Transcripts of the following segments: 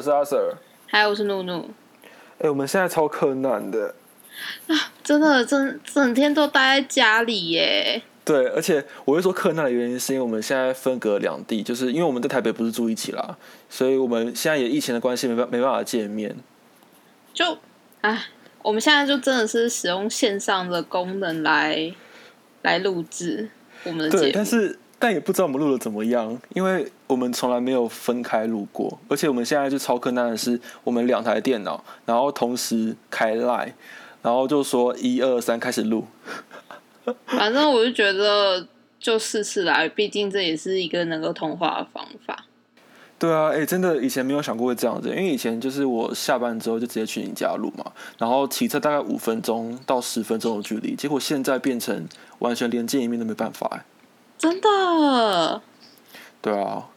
Sir，还有我是露露，哎、我们现在超困难的，真的整整天都待在家里耶。对，而且我会说困难的原因是因为我们现在分隔两地，就是因为我们在台北不是住一起啦，所以我们现在也疫情的关系没办没办法见面。就唉，我们现在就真的是使用线上的功能来来录制我们的节对，目，但是但也不知道我们录的怎么样，因为我们从来没有分开录过，而且我们现在就超困难的是，我们两台电脑，然后同时开 Line，然后就说一二三开始录。反正我就觉得就试试来，毕竟这也是一个能够通话的方法。对啊，哎、真的以前没有想过会这样子，因为以前就是我下班之后就直接去你家录嘛，然后骑车大概五分钟到十分钟的距离，结果现在变成完全连见一面都没办法、哎，真的，对啊，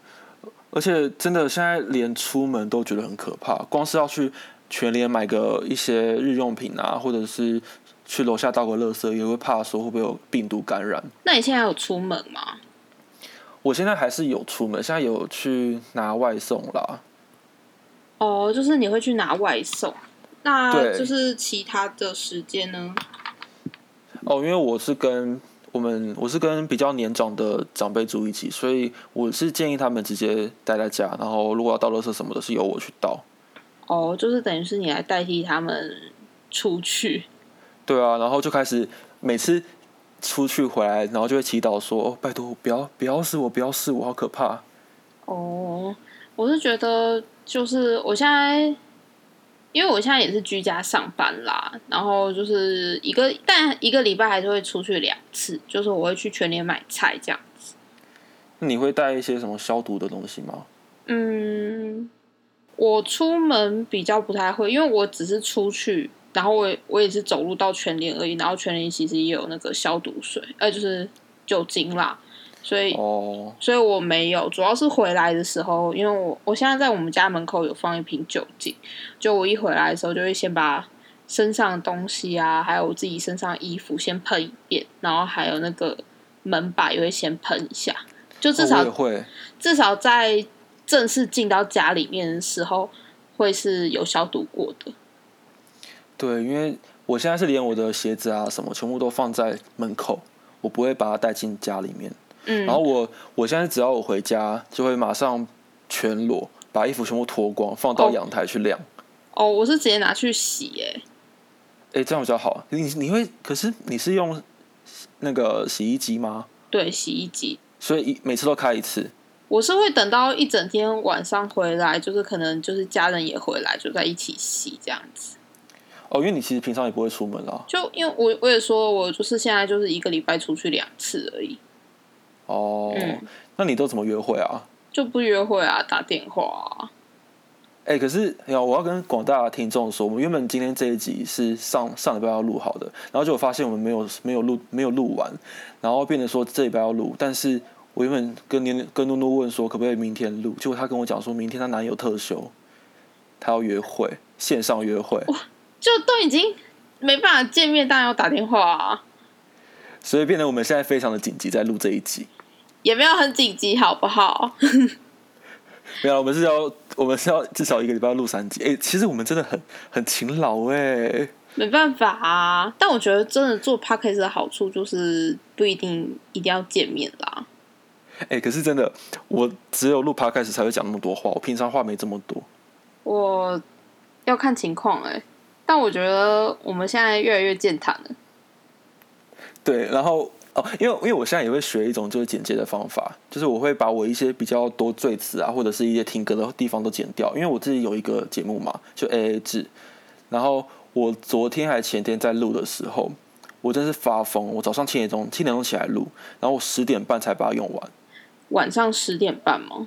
而且真的现在连出门都觉得很可怕，光是要去全联买个一些日用品啊，或者是去楼下倒个垃圾，也会怕说会不会有病毒感染。那你现在有出门吗？我现在还是有出门，现在有去拿外送啦。哦，就是你会去拿外送，那对就是其他的时间呢？哦，因为我是跟我们我是跟比较年长的长辈住一起，所以我是建议他们直接待在家，然后如果要倒垃圾什么的，是由我去倒。哦，就是等于是你来代替他们出去。对啊，然后就开始每次出去回来，然后就会祈祷说：“哦，拜托，不要不要是我，不要是我，好可怕。哦，我是觉得就是我现在，因为我现在也是居家上班啦，然后就是一个但一个礼拜还是会出去两次，就是我会去全联买菜这样。”那你会带一些什么消毒的东西吗？嗯，我出门比较不太会，因为我只是出去，然后我也我也是走路到全联而已，然后全联其实也有那个消毒水，呃，就是酒精啦，所以哦，所以我没有，主要是回来的时候，因为我我现在在我们家门口有放一瓶酒精，就我一回来的时候就会先把身上的东西啊，还有我自己身上的衣服先喷一遍，然后还有那个门把也会先喷一下，就至哦少、我也会。至少在正式进到家里面的时候，会是有消毒过的。对，因为我现在是连我的鞋子啊什么全部都放在门口，我不会把它带进家里面。嗯，然后我我现在只要我回家，就会马上全裸，把衣服全部脱光，放到哦阳台去晾。哦，我是直接拿去洗、耶。哎、这样比较好。你你会，可是你是用那个洗衣机吗？对，洗衣机所以一每次都开一次。我是会等到一整天晚上回来，就是可能就是家人也回来，就在一起洗这样子。哦，因为你其实平常也不会出门啦。就因为我我也说我就是现在就是一个礼拜出去两次而已，哦，嗯那你都怎么约会啊？就不约会啊，打电话啊。哎、可是哎呀，我要跟广大的听众说，我们原本今天这一集是上上礼拜要录好的，然后结果发现我们没有没有录没有录完，然后变成说这礼拜要录，但是我原本跟年跟诺诺问说可不可以明天录，结果他跟我讲说明天他男友特休，他要约会，线上约会，就都已经没办法见面，当然要打电话啊，所以变得我们现在非常的紧急在录这一集。也没有很紧急，好不好？ 没有，我们是要我们是要至少一个礼拜要录三集。哎、其实我们真的很很勤劳哎、没办法啊，但我觉得真的做 podcast 的好处就是不一定一定要见面啦。哎、可是真的，我只有录 podcast 才会讲那么多话，我平常话没这么多。我要看情况哎、但我觉得我们现在越来越健谈了。对，然后哦，因为因为我现在也会学一种就是剪接的方法，就是我会把我一些比较多赘词啊，或者是一些停格的地方都剪掉，因为我自己有一个节目嘛，就 A A 制。然后我昨天还前天在录的时候，我真是发疯，我早上七点钟七点钟起来录，然后我十点半才把它用完。晚上十点半吗？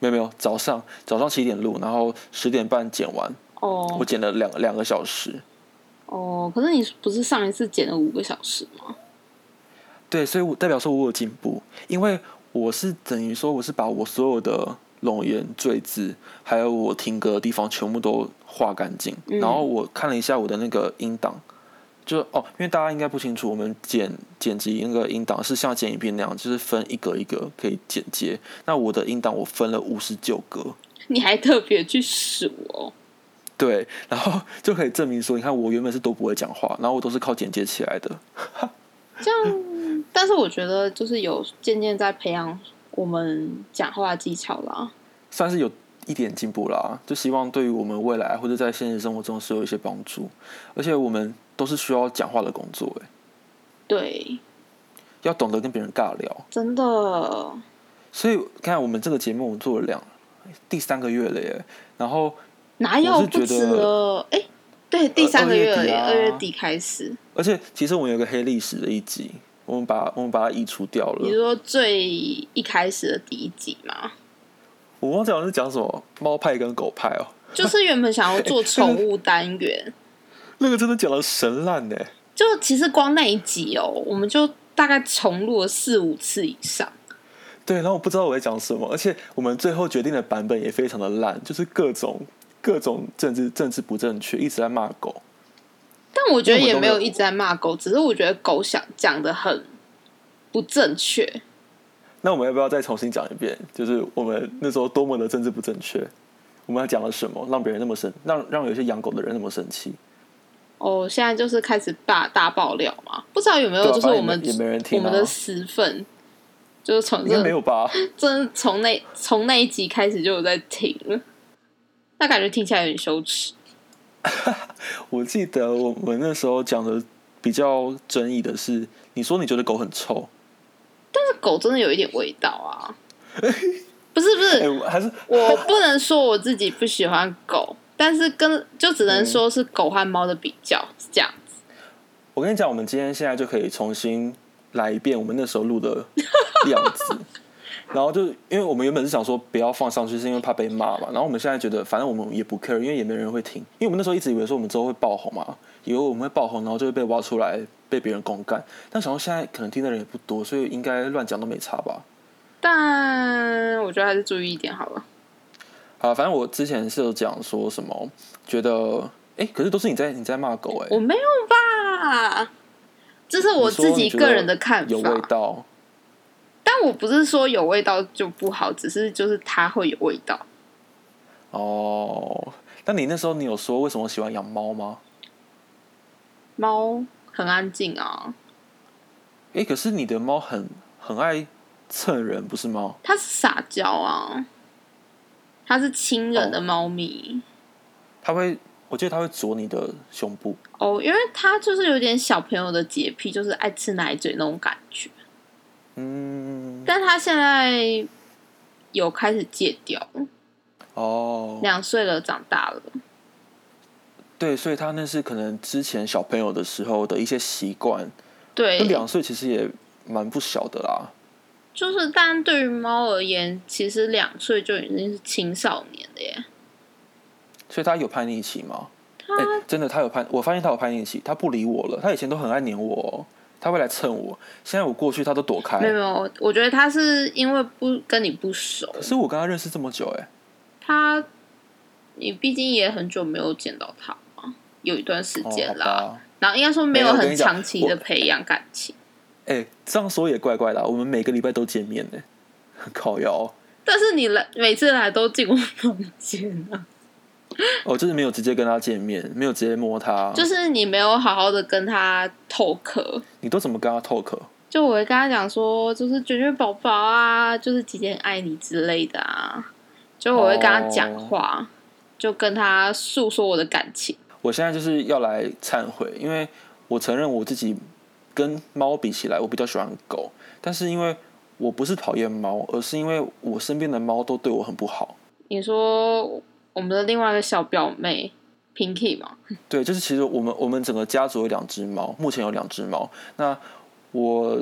没有没有，早上早上七点录，然后十点半剪完，我哦剪了两两个小时。哦，可是你不是上一次剪了五个小时吗？对，所以我代表说我有进步，因为我是等于说我是把我所有的冗言赘字，还有我停格的地方全部都画干净。嗯然后我看了一下我的那个音档，就哦，因为大家应该不清楚，我们剪剪辑那个音档是像剪影片那样，就是分一格一格可以剪接。那我的音档我分了五十九格，你还特别去数哦。对，然后 就可以证明说，你看我原本是都不会讲话，然后我都是靠剪接起来的。这样， 但是我觉得就是有渐渐在培养我们讲话技巧啦。算是有一点进步啦，就希望对于我们未来或者在现实生活中是有一些帮助。而且我们都是需要讲话的工作、欸，对，要懂得跟别人尬聊。真的，所以看我们这个节目，我们做了两第三个月了耶。然后哪有我是觉不得止了？哎、对，第呃三个月二而月已，底啊二月底开始。而且其实我们有个黑历史的一集，我们把我们把它移除掉你了。说最一开始的第一集嘛，我忘记好像是讲什么猫派跟狗派哦，就是原本想要做宠物单元，那个真的讲的神烂呢、就其实光那一集哦，我们就大概重录了四五次以上。对，然后我不知道我在讲什么，而且我们最后决定的版本也非常的烂，就是各种各种政治政治不正确，一直在骂狗。但我觉得也没因为我们都有没有一直在骂狗，只是我觉得狗想讲的很不正确。那我们要不要再重新讲一遍？就是我们那时候多么的政治不正确，我们要讲了什么，让别人那么生，让让有些养狗的人那么生气。哦，现在就是开始大大爆料嘛，不知道有没有对啊就是我们反正也没人听我啊们的私愤，就是从应该这没有吧？ 真的从那从那一集开始就有在听了，那感觉听起来有点羞耻。我记得我们那时候讲的比较争议的是，你说你觉得狗很臭，这狗真的有一点味道 啊，不是不是哎、，我还是我不能说我自己不喜欢狗，但是跟就只能说是狗和猫的比较是这样子。我跟你讲，我们今天现在就可以重新来一遍我们那时候录的样子。然后就因为我们原本是想说不要放上去，是因为怕被骂嘛。然后我们现在觉得，反正我们也不 care，因为也没人会听。因为我们那时候一直以为说我们之后会爆红嘛，以为我们会爆红，然后就会被挖出来被别人公干。但想到现在可能听的人也不多，所以应该乱讲都没差吧。但我觉得还是注意一点好了。好，反正我之前是有讲说什么，觉得哎，可是都是你在你在骂狗哎、我没有吧？这是我你说自己你觉得个人的看有味法，道。但我不是说有味道就不好，只是就是它会有味道。哦，那你那时候你有说为什么喜欢养猫吗？猫很安静啊，诶，可是你的猫很很爱蹭人，不是吗？它是撒娇啊，它是亲人的猫咪它会，我记得它会啄你的胸部。哦，因为它就是有点小朋友的洁癖，就是爱吃奶嘴那种感觉。嗯，但他现在有开始戒掉，哦，两岁了，长大了。对，所以它那是可能之前小朋友的时候的一些习惯。对那，两岁其实也蛮不小的啦。就是，但对于猫而言，其实两岁就已经是青少年了耶。所以它有叛逆期吗？它哎、真的，它有叛，我发现它有叛逆期，它不理我了。它以前都很爱黏我哦、它会来蹭我。现在我过去，它都躲开没。有没有，我觉得它是因为不跟你不熟，可是我跟它认识这么久、诶。它你毕竟也很久没有见到它嘛，有一段时哦间好啦。吧然后应该说没有没有我很跟你讲长期的我培养感情，哎、这样说也怪怪的啊、我们每个礼拜都见面呢、 很靠腰哦但是你来每次来都进我房间啊。哦，就是没有直接跟他见面，没有直接摸他，就是你没有好好的跟他透壳。你都怎么跟他 talk？就我会跟他讲说，就是卷卷宝宝啊，就是姐姐很爱你之类的啊。就我会跟他讲话就跟他诉说我的感情。我现在就是要来忏悔，因为我承认我自己跟猫比起来，我比较喜欢狗，但是因为我不是讨厌猫，而是因为我身边的猫都对我很不好。你说我们的另外一个小表妹 Pinky 嘛，对，就是其实我们我们整个家族有两只猫，目前有两只猫。那我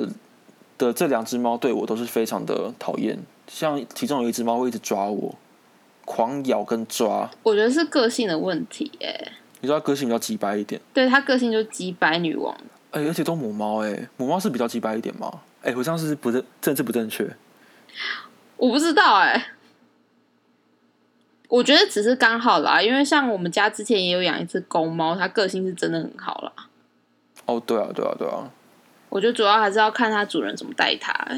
的这两只猫对我都是非常的讨厌，像其中有一只猫会一直抓我，狂咬跟抓。我觉得是个性的问题耶、你知道它个性比较鸡掰一点，对她个性就几百女王，哎、而且都母猫，哎，母猫是比较鸡掰一点吗？哎、我这样是不正政治不正确？我不知道哎、我觉得只是刚好啦，因为像我们家之前也有养一只公猫，它个性是真的很好啦。哦，对啊，对啊，对啊。我觉得主要还是要看它主人怎么带它、欸。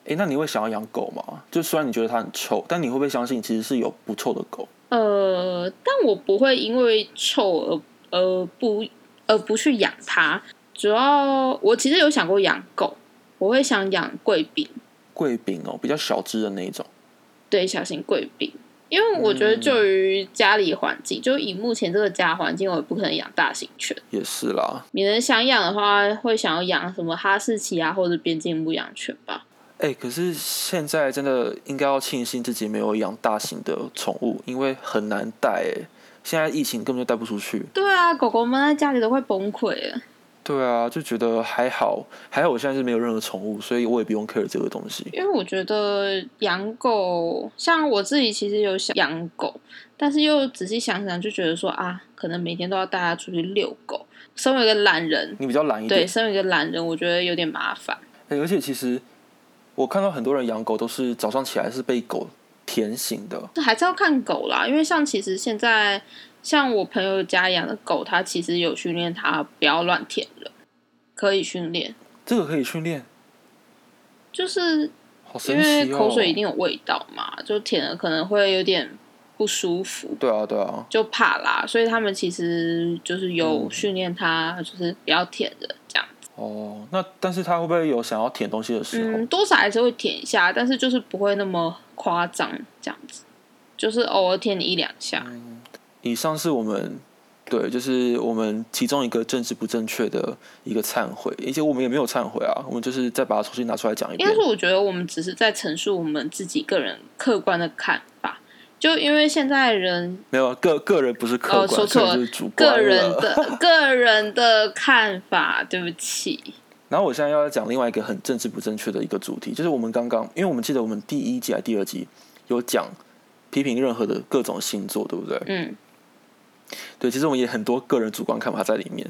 哎、诶，那你会想要养狗吗？就虽然你觉得它很臭，但你会不会相信其实是有不臭的狗？呃，但我不会因为臭而而不而不去养它。主要我其实有想过养狗，我会想养贵宾，贵宾哦，比较小只的那一种。对，小型贵宾。因为我觉得，就于家里环境，就以目前这个家环境，我也不可能养大型犬。也是啦，你能想养的话，会想要养什么哈士奇啊，或者边境牧羊犬吧？哎，可是现在真的应该要庆幸自己没有养大型的宠物，因为很难带哎。现在疫情根本就带不出去。对啊，狗狗们在家里都快崩溃了，对啊，就觉得还好，还好我现在是没有任何宠物，所以我也不用 care 这个东西。因为我觉得养狗，像我自己其实有想养狗，但是又仔细想想，就觉得说啊，可能每天都要带它出去遛狗。身为一个懒人，你比较懒一对，点，身为一个懒人，我觉得有点麻烦。哎而且其实我看到很多人养狗都是早上起来是被狗舔醒的，这还是要看狗啦，因为像其实现在像我朋友家养的狗，它其实有训练它不要乱舔人，可以训练，这个可以训练，就是好因神为奇哦！口水一定有味道嘛，就舔了可能会有点不舒服，对啊，对啊，就怕啦，所以他们其实就是有训练它，就是不要舔人这样。哦，那但是它会不会有想要舔东西的时候？嗯，多少还是会舔一下，但是就是不会那么夸张这样子，就是偶尔舔你一两下。以上是我们对，就是我们其中一个政治不正确的一个忏悔，而且我们也没有忏悔啊，我们就是再把它重新拿出来讲一应遍该。说，我觉得我们只是在陈述我们自己个人客观的看法。就因为现在人没有啊个个人不是客观，哦说错了个人就是主观 个人了的个人的看法，对不起，然后我现在要讲另外一个很政治不正确的一个主题，就是我们刚刚，因为我们记得我们第一集还第二集有讲批评任何的各种星座，对不对？嗯，对，其实我们也很多个人主观看法在里面。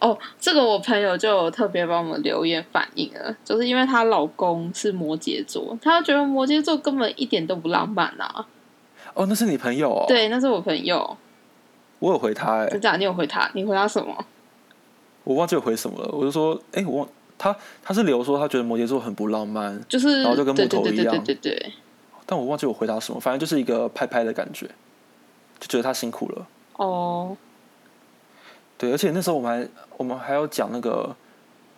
哦，这个我朋友就有特别帮我们留言反映了，就是因为她老公是摩羯座，她觉得摩羯座根本一点都不浪漫啊。哦，那是你朋友哦，，对，那是我朋友，我有回他哎、真假？你有回他？你回他什么？我忘记我回什么了，我就说，哎，我忘他他是留说他觉得摩羯座很不浪漫，就是然后就跟木对头对对一对样对对对，但我忘记我回答什么，反正就是一个拍拍的感觉，就觉得他辛苦了。 哦，对，而且那时候我们还我们还要讲那个，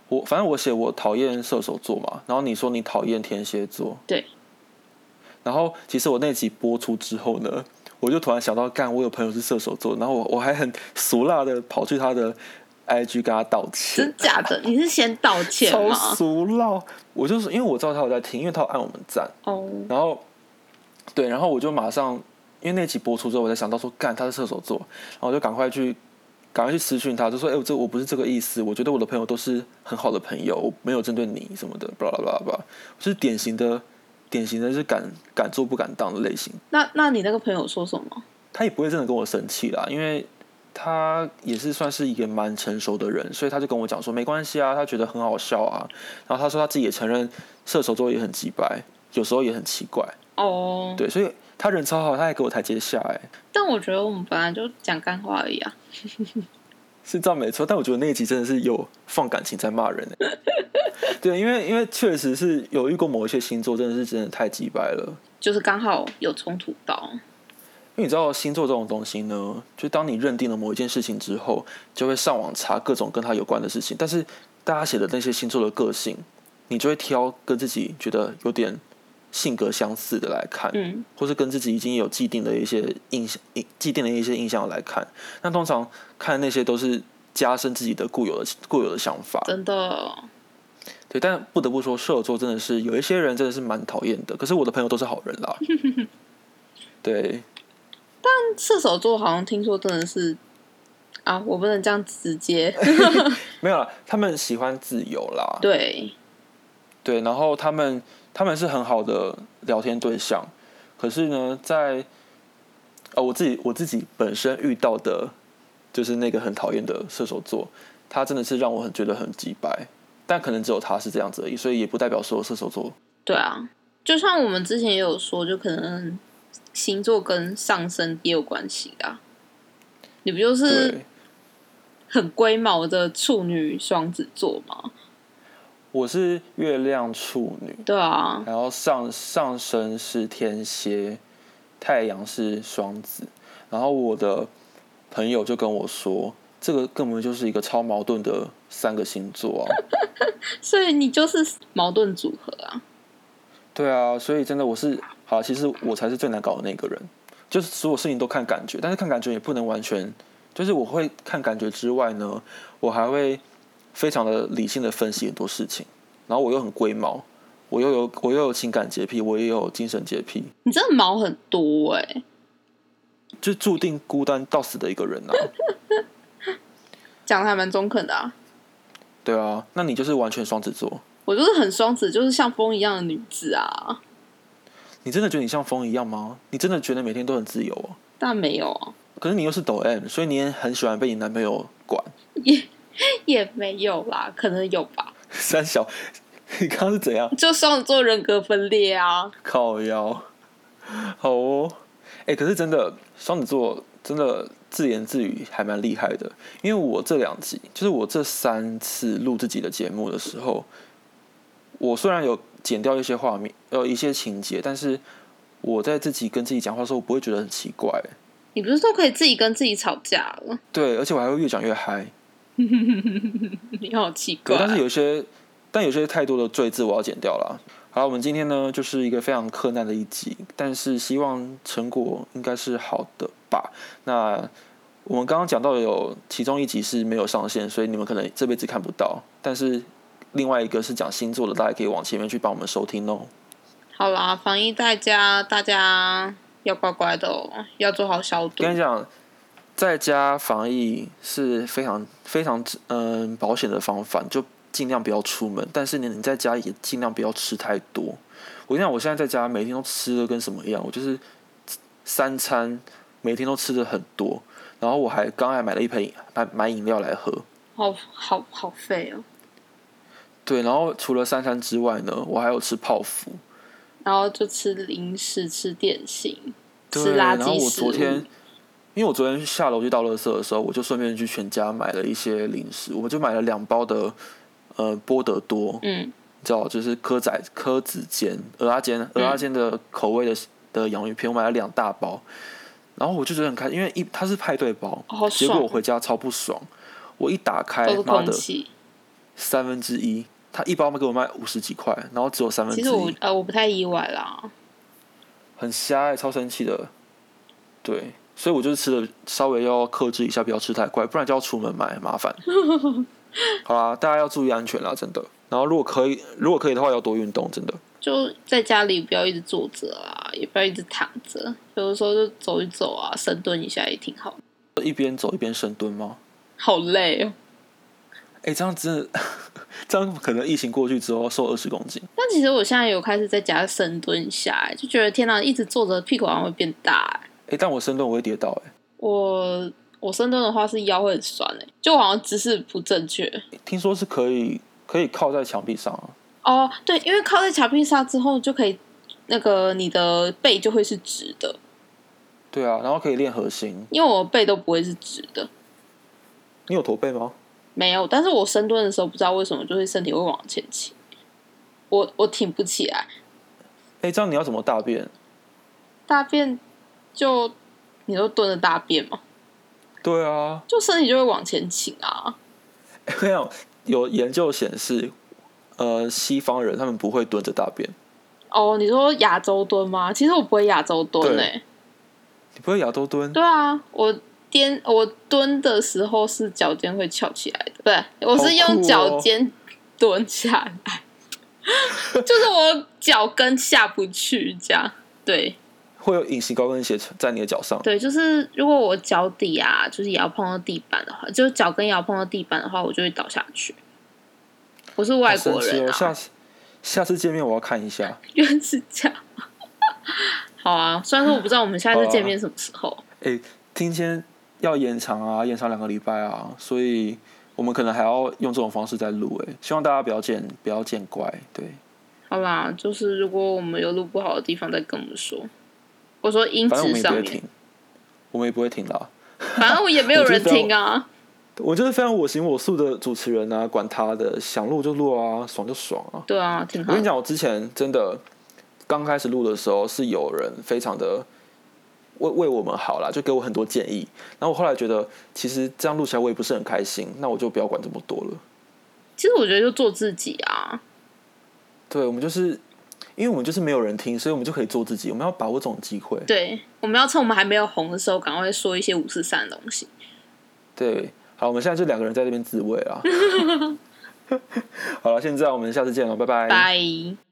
我反正我写我讨厌射手座嘛，然后你说你讨厌天蝎座，对。然后其实我那集播出之后呢，我就突然想到，干我有朋友是射手座，然后我我还很俗辣的跑去他的 IG 跟他道歉真，假的？你是先道歉超吗？俗辣。我就是因为我知道他有在听，因为他有按我们赞，哦，然后对，然后我就马上，因为那集播出之后，我才想到说，干他是射手座，然后我就赶快去，赶快去私讯他，就说，哎、我这我不是这个意思，我觉得我的朋友都是很好的朋友，我没有针对你什么的，巴拉巴拉巴拉，就是典型的，典型的是敢敢做不敢当的类型。那那你那个朋友说什么？他也不会真的跟我生气啦，因为他也是算是一个蛮成熟的人，所以他就跟我讲说没关系啊，他觉得很好笑啊。然后他说他自己也承认射手座也很鸡掰，有时候也很奇怪，哦，对，所以他人超好，他还给我台阶下、哎，但我觉得我们本来就讲干话而已啊。是这样没错。但我觉得那一集真的是有放感情在骂人、哎 对，因为因为确实是有遇过某一些星座，真的是真的太鸡掰了。就是刚好有冲突到，因为你知道星座这种东西呢，就当你认定了某一件事情之后，就会上网查各种跟它有关的事情。但是大家写的那些星座的个性，你就会挑跟自己觉得有点性格相似的来看，嗯，或是跟自己已经有既定的一些印象、印既定的一些印象来看。那通常看那些都是加深自己的固有的固有的想法。真的，对，但不得不说，射手座真的是有一些人真的是蛮讨厌的。可是我的朋友都是好人啦。对，射手座好像听说真的是啊，我不能这样直接，没有啦，他们喜欢自由啦，对，对，然后他们他们是很好的聊天对象，可是呢，在呃我自己我自己本身遇到的，就是那个很讨厌的射手座，他真的是让我很觉得很鸡掰，但可能只有他是这样子而已，所以也不代表所有射手座。对啊，就像我们之前也有说，就可能星座跟上升也有关系啊。你不就是对，很龟毛的处女双子座吗？我是月亮处女，对啊，然后上上升是天蝎，太阳是双子，然后我的朋友就跟我说，这个根本就是一个超矛盾的三个星座啊。 所以你就是矛盾组合啊。对啊，所以真的我是好，其实我才是最难搞的那个人，就是所有事情都看感觉，但是看感觉也不能完全，就是我会看感觉之外呢，我还会非常的理性的分析很多事情，然后我又很龟毛，我又有我又有情感洁癖，我也有精神洁癖，你真的毛很多哎、就注定孤单到死的一个人啊。讲的还蛮中肯的啊。对啊，那你就是完全双子座，我就是很双子，就是像风一样的女子啊，你真的觉得你像风一样吗？你真的觉得每天都很自由哦、但没有啊，可是你又是抖 M，所以你也很喜欢被你男朋友管。 也没有啦，可能有吧。三小，你刚刚是怎样？就双子座人格分裂啊，靠腰，好哦。哎、可是真的，双子座真的自言自语还蛮厉害的。因为我这两集，就是我这三次录自己的节目的时候，我虽然有剪掉一些画面，呃，一些情节，但是我在自己跟自己讲话的时候，我不会觉得很奇怪。你不是都可以自己跟自己吵架了？对，而且我还会越讲越嗨。 你好奇对，，怪但是有些，但有些太多的赘字我要剪掉了。好，我们今天呢就是一个非常困难的一集，但是希望成果应该是好的吧。那我们刚刚讲到有其中一集是没有上线，所以你们可能这辈子看不到，但是另外一个是讲星座的，大家可以往前面去帮我们收听哦。好啦，防疫在家，大家要乖乖的哦，要做好消毒跟。你讲，在家防疫是非常非常嗯、保险的方法，你就尽量不要出门。但是呢，你在家也尽量不要吃太多。我跟你讲，我现在在家每天都吃的跟什么一样，我就是三餐每天都吃的很多，然后我还刚还买了一瓶买买饮料来喝。好好好废哦。对，然后除了三餐之外呢，我还有吃泡芙。然后就吃零食、吃点心、对，吃垃然后圾我食物昨。天，因为我昨天下楼去倒垃圾的时候，我就顺便去全家买了一些零食，我就买了两包的呃波德多，嗯，你知道，就是蚵仔蚵子煎、鹅阿煎、嗯鹅阿煎的口味的的洋芋片，我买了两大包，然后我就觉得很开心，因为一它是派对包，哦好结果爽我回家超不爽，我一打开都是，妈空的气。三分之一，他一包给我卖五十几块，然后只有三分之其一，实我呃我不太意外啦，很瞎哎、超生气的。对，所以我就是吃的稍微要克制一下，不要吃太快，不然就要出门买，很麻烦。好啦，大家要注意安全啦，真的。然后如果可以，如果可以的话，要多运动，真的。就在家里不要一直坐着啊，也不要一直躺着，有的时候就走一走啊，深蹲一下也挺好。一边走一边深蹲吗？好累哦，哎、这样子， 这样可能疫情过去之后瘦二十公斤。但其实我现在有开始在家深蹲一下、欸，就觉得天哪，一直坐着屁股好像会变大、欸。哎、但我深蹲我会跌倒、欸。我我深蹲的话是腰会很酸诶、欸，就我好像姿势不正确。哎，听说是可以可以靠在墙壁上啊。哦，对，因为靠在墙壁上之后，就可以那个你的背就会是直的，对啊，然后可以练核心。因为我背都不会是直的，你有驼背吗？没有。但是我深蹲的时候，不知道为什么，就是身体会往前倾，我我挺不起来，哎、这样你要怎么大便？大便就你都蹲着大便嘛，对啊，就身体就会往前倾啊。 没有，有研究显示，呃，西方人他们不会蹲着大便。哦，你说亚洲蹲吗？其实我不会亚洲蹲对诶、你不会亚洲蹲？对啊，我颠我蹲的时候是脚尖会翘起来的，不对，我是好酷哦用脚尖蹲下来， 就是我脚跟下不去这样。对会有隐形高跟鞋在你的脚上。对，就是如果我脚底啊，就是也要碰到地板的话，就是脚跟也要碰到地板的话，我就会倒下去。我是外国好神奇人哦！啊，下次下次见面我要看一下。 原来是这样。 好啊，虽然说我不知道我们下次好啊见面什么时候，哎，今天要延长啊，延长两个礼拜啊，所以我们可能还要用这种方式再录。哎，希望大家不要见不要见怪。对，好啦，就是如果我们有录不好的地方，再跟我们说。我说音反正我质们也不上会面，停，我们也不会停啦。 反正我也没有人听啊。我就是非常我行我素的主持人啊，管他的，想录就录啊，爽就爽啊。对啊，挺我好跟你。讲，我之前真的刚开始录的时候，是有人非常的为为我们好啦，就给我很多建议。然后我后来觉得，其实这样录起来我也不是很开心，那我就不要管这么多了。其实我觉得就做自己啊，对我们就是，因为我们就是没有人听，所以我们就可以做自己。我们要把握这种机会。对，我们要趁我们还没有红的时候，赶快说一些五四三的东西。对，好，我们现在就两个人 在这边自慰啊。好了，现在我们下次见了，拜拜。拜。